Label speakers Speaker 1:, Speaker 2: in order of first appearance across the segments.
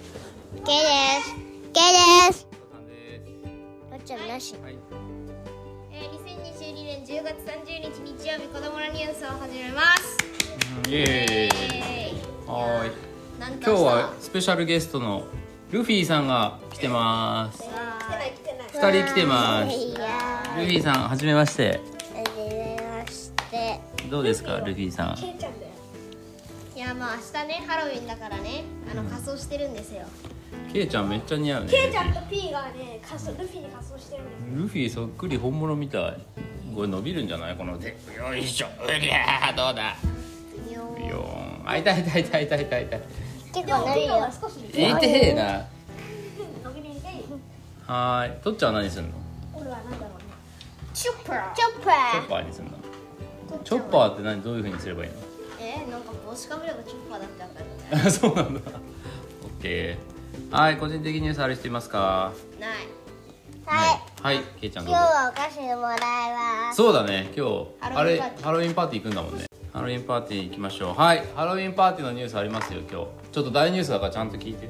Speaker 1: ケです。ケです。
Speaker 2: さんです。
Speaker 1: よっちゃんなし。
Speaker 2: はい。
Speaker 3: えー、2022年10月30日日曜日子供のニュースを始めます。
Speaker 2: イ
Speaker 3: えー
Speaker 2: エーイ。はーい。
Speaker 3: い、なん
Speaker 2: 今
Speaker 3: か
Speaker 2: 日
Speaker 3: さ
Speaker 2: は、スペシャルゲストのルフィさんが来てます。
Speaker 3: 来てない来て
Speaker 2: 二人来てます。
Speaker 1: いや
Speaker 2: ルフィさん、はじめまして。
Speaker 1: ー、はじめまして。
Speaker 2: どうですか、ルフィさ
Speaker 3: な
Speaker 2: ん。
Speaker 3: い。いやまあ明日ねハロウィンだからねあの仮装してるんですよ。
Speaker 2: ケイちゃんめっちゃ似合うね。
Speaker 4: ケイちゃんとピーがね、仮装ルフィに仮装してるんです。
Speaker 2: ルフィそっくり本物みたい。これ伸びるんじゃないこの手。よいしょ。うりゃーどうだ。ビヨーン。あ、痛い痛い痛い痛い痛い痛い。
Speaker 1: 結構ない
Speaker 4: ピー
Speaker 1: よ
Speaker 4: が。少し
Speaker 2: 痛えな。
Speaker 4: 伸びていて、
Speaker 2: はーい。とっちゃんは何するの
Speaker 4: 俺はなんだろうね。
Speaker 3: チョッパー。
Speaker 1: チョッ
Speaker 2: チョッ
Speaker 1: パ
Speaker 2: パーにするのチョッパーって何どういうふうにすればいいの
Speaker 3: えー、なんか帽子かぶればチョッパーだってわかるね。
Speaker 2: あ そうなんだ。オッケー。はい、個人的ニュースあれしていますか。
Speaker 3: ない。
Speaker 1: ー。はい。
Speaker 2: はい、けいちゃんどう
Speaker 1: 今日
Speaker 2: ぞ。
Speaker 1: はお菓子もらいます。
Speaker 2: そうだね、今日、あ
Speaker 3: ハロウィ
Speaker 2: れ、
Speaker 3: ンパーティー
Speaker 2: ハロウィンパーティー行くんだもんね。ハロウィンパーティー行きましょう。はい、ハロウィンパーティーのニュースありますよ、今日。ちょっと大ニュースだから、ちゃんと聞いて。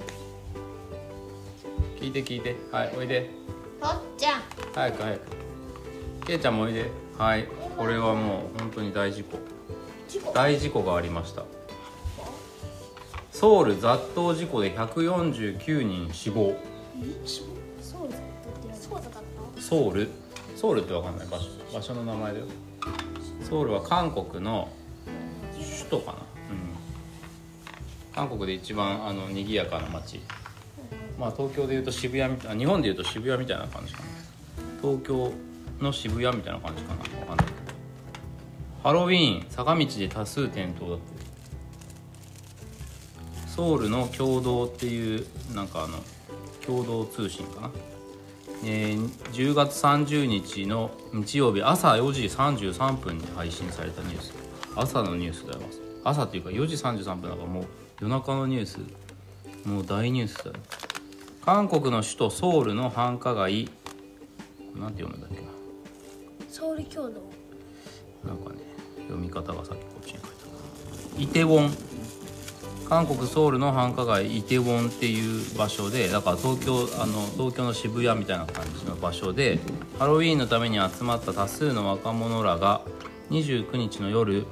Speaker 2: 聞いて聞いて、はい、おいで、
Speaker 3: とっちゃん。
Speaker 2: 早く早く。けいちゃんもおいで、はい、これはもう本当に大事故。大事故がありました。ソウル雑踏事故で149人死亡。
Speaker 4: そうだった。そうだったの。
Speaker 2: ソウルソウルってわかんない場所場所の名前だよソウルは韓国の首都かな、うん、韓国で一番あの賑やかな街まあ東京でいうと渋谷みたいな日本でいうと渋谷みたいな感じかな東京の渋谷みたいな感じかなわかんないけどハロウィーン坂道で多数転倒だってソウルの共同っていうなんかあの共同通信かなえー10月30日の日曜日朝4時33分に配信されたニュース朝のニュースであります朝っていうか4時33分だからもう夜中のニュースもう大ニュースだよ韓国の首都ソウルの繁華街これなんて読むんだっけな
Speaker 4: 総理共同。
Speaker 2: なんかね読み方がさっきこっちに書いてあるイテウォン韓国ソウルの繁華街イテウォンっていう場所でだから東京あの東京の渋谷みたいな感じの場所でハロウィーンのために集まった多数の若者らが29日の夜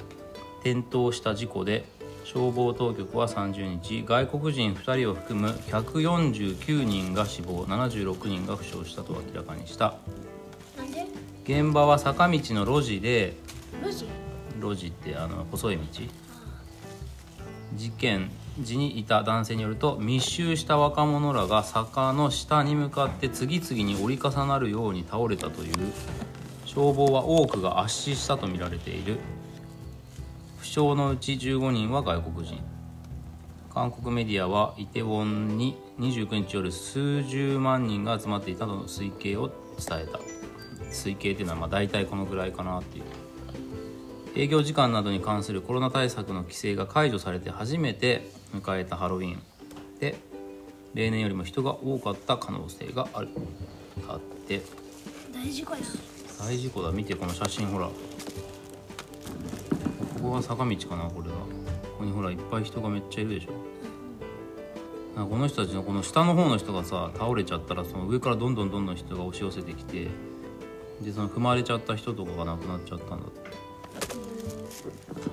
Speaker 2: 転倒した事故で消防当局は30日外国人2人を含む149人が死亡76人が負傷したと明らかにした
Speaker 4: なんで？
Speaker 2: 現場は坂道の路地で
Speaker 4: ルジ？
Speaker 2: 路地ってあの細い道事件時にいた男性によると密集した若者らが坂の下に向かって次々に折り重なるように倒れたという消防は多くが圧死したとみられている負傷のうち15人は外国人韓国メディアはイテウォンに29日夜数十万人が集まっていたとの推計を伝えた推計っていうのはまあ大体このぐらいかなっていう営業時間などに関するコロナ対策の規制が解除されて初めて迎えたハロウィーンで例年よりも人が多かった可能性があるあって
Speaker 4: 大事故や。
Speaker 2: 大事故だ見てこの写真ほらここが坂道かなこれはここにほらいっぱい人がめっちゃいるでしょなんかこの人たちのこの下の方の人がさ倒れちゃったらその上からどんどんどんどん人が押し寄せてきてでその踏まれちゃった人とかが亡くなっちゃったんだって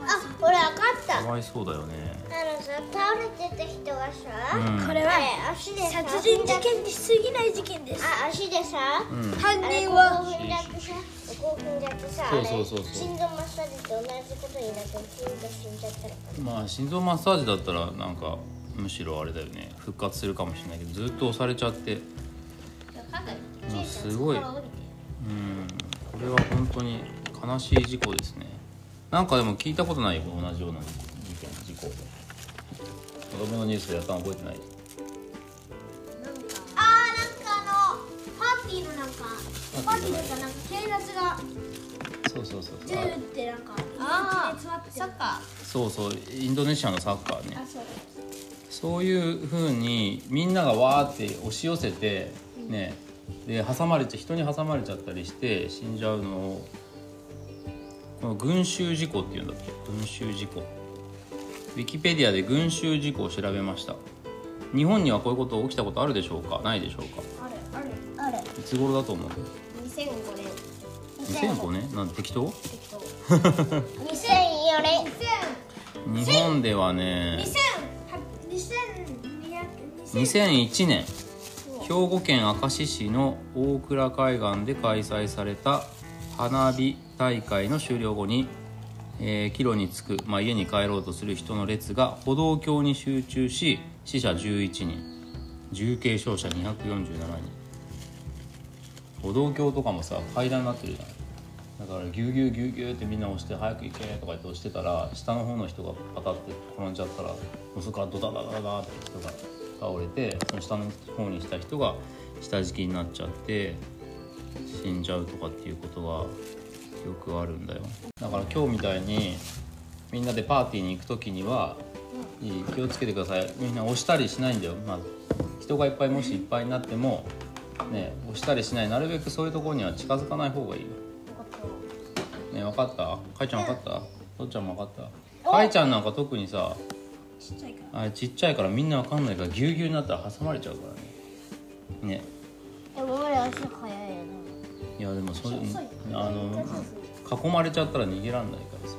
Speaker 1: あ、俺わかった。
Speaker 2: かわいそうだよね
Speaker 1: あのさ、倒れてた人がさ、
Speaker 2: うん
Speaker 4: これ
Speaker 1: あ
Speaker 4: は
Speaker 1: れ足でさ、
Speaker 4: 殺人事件に過ぎない事件です。
Speaker 1: あ、足でさ、
Speaker 2: うん
Speaker 4: 犯
Speaker 1: あれ
Speaker 4: 人
Speaker 1: こ
Speaker 4: は
Speaker 1: こを踏んじゃってさ、ここを踏んじゃってさ、あ
Speaker 2: そう
Speaker 1: れ
Speaker 2: そうそうそう
Speaker 1: 心臓マッサージと同じことになって、心臓死んじゃったら。
Speaker 2: まあ心臓マッサージだったらなんかむしろあれだよね復活するかもしれないけどずっと押されちゃって
Speaker 3: わかんない。
Speaker 2: まあすごいうんこれは本当に悲しい事故ですねなんかでも聞いたことないよ同じような事件事故子供のニュースでやったの覚えてない
Speaker 4: あーなんかあのパーティーのなんかパーティーというかなんか警察が
Speaker 2: そうそうそう
Speaker 4: 銃
Speaker 2: そうあ
Speaker 4: ってなんか
Speaker 3: あ
Speaker 4: 座っ
Speaker 3: あ、
Speaker 4: て
Speaker 3: サッカ
Speaker 2: そうそうインドネシアのサッカーね
Speaker 4: あそう
Speaker 2: そういうふうにみんながわーって押し寄せてねで挟まれちゃ人に挟まれちゃったりして死んじゃうのをこの群衆事故っていうんだって群衆事故ウィキペディアで群衆事故を調べました日本にはこういうこと起きたことあるでしょうかないでしょうか
Speaker 3: あるある
Speaker 1: ある
Speaker 2: いつ頃だと思う
Speaker 3: 2005年
Speaker 2: 2005年なんて適当
Speaker 3: 適当
Speaker 1: 2004年
Speaker 2: 日本ではね2001年兵庫県明石市の大倉海岸で開催された花火大会の終了後に、えー帰路に着く、まあ、家に帰ろうとする人の列が歩道橋に集中し死者11人重軽傷者247人歩道橋とかもさ階段になってるじゃないだからギュうギュうギュうギュうってみんな押して早く行けとか言って押してたら下の方の人がパタって転んじゃったらもうそこからドタダダダダって人が倒れてその下の方にした人が下敷きになっちゃって死んじゃうとかっていうことがよくあるんだよだから今日みたいにみんなでパーティーに行く時にはいい気をつけてくださいみんな押したりしないんだよ、まあ、人がいっぱいもしいっぱいになっても、ね、押したりしないなるべくそういうところには近づかない方がいいよね分かったかいちゃん分かったとっちゃんも分かったかいちゃんなんか特にさ
Speaker 4: ちっちゃいから
Speaker 2: あれちっちゃいからみんな分かんないからぎゅうぎゅうになったら挟まれちゃうからねね
Speaker 1: でも俺足速いよない
Speaker 2: やでもそうあの囲まれちゃったら逃げられないからさ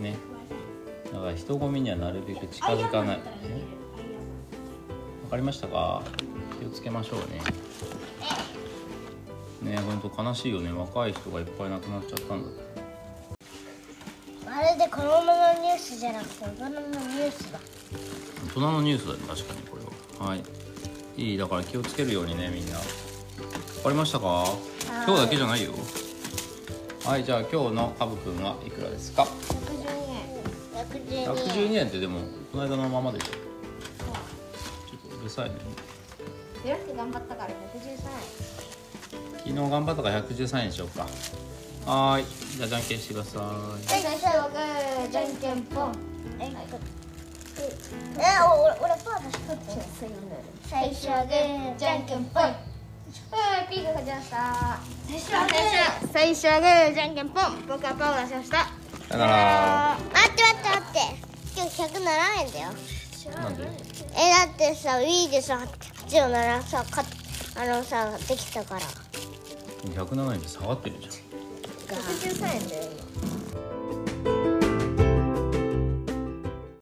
Speaker 2: ねだから人混みにはなるべく近づかないねわかりましたか気をつけましょうねね本当悲しいよね若い人がいっぱい亡くなっちゃったんだって
Speaker 1: まるで子供のニュースじゃなくて大人のニュースだ
Speaker 2: 大人のニュースだね確かにこれははいいいだから気をつけるようにねみんなわかりましたか今日だけじゃないよはいじゃあ今日のカブくんはいくらですか
Speaker 1: 112
Speaker 2: 112
Speaker 1: 円
Speaker 2: 円ってでもこの間のままでしょちょっとうるさいね
Speaker 3: ブラック頑張ったから113円
Speaker 2: 昨日頑張ったから113円にしようかはーいじゃあじゃんけんしてください
Speaker 3: はい最初はグーじゃんけんぽん
Speaker 1: えお俺俺パー出した最初はグー
Speaker 3: じ
Speaker 1: じ
Speaker 3: ゃ
Speaker 1: ゃ
Speaker 3: ん
Speaker 1: ん
Speaker 3: け
Speaker 1: け
Speaker 3: ん
Speaker 1: ん
Speaker 3: ぽ
Speaker 1: ぽ
Speaker 3: ん
Speaker 1: い
Speaker 3: はいピーが勝ちました最初はグー最初はグーじゃんけんぽん僕はパーを出しました
Speaker 2: さよなら
Speaker 1: 待って待って待って今日107円だよ
Speaker 2: なんで
Speaker 1: えだってさ Wii でさ107さかあのさできたから
Speaker 2: 107円って下がってるじゃん
Speaker 3: 113円だよ今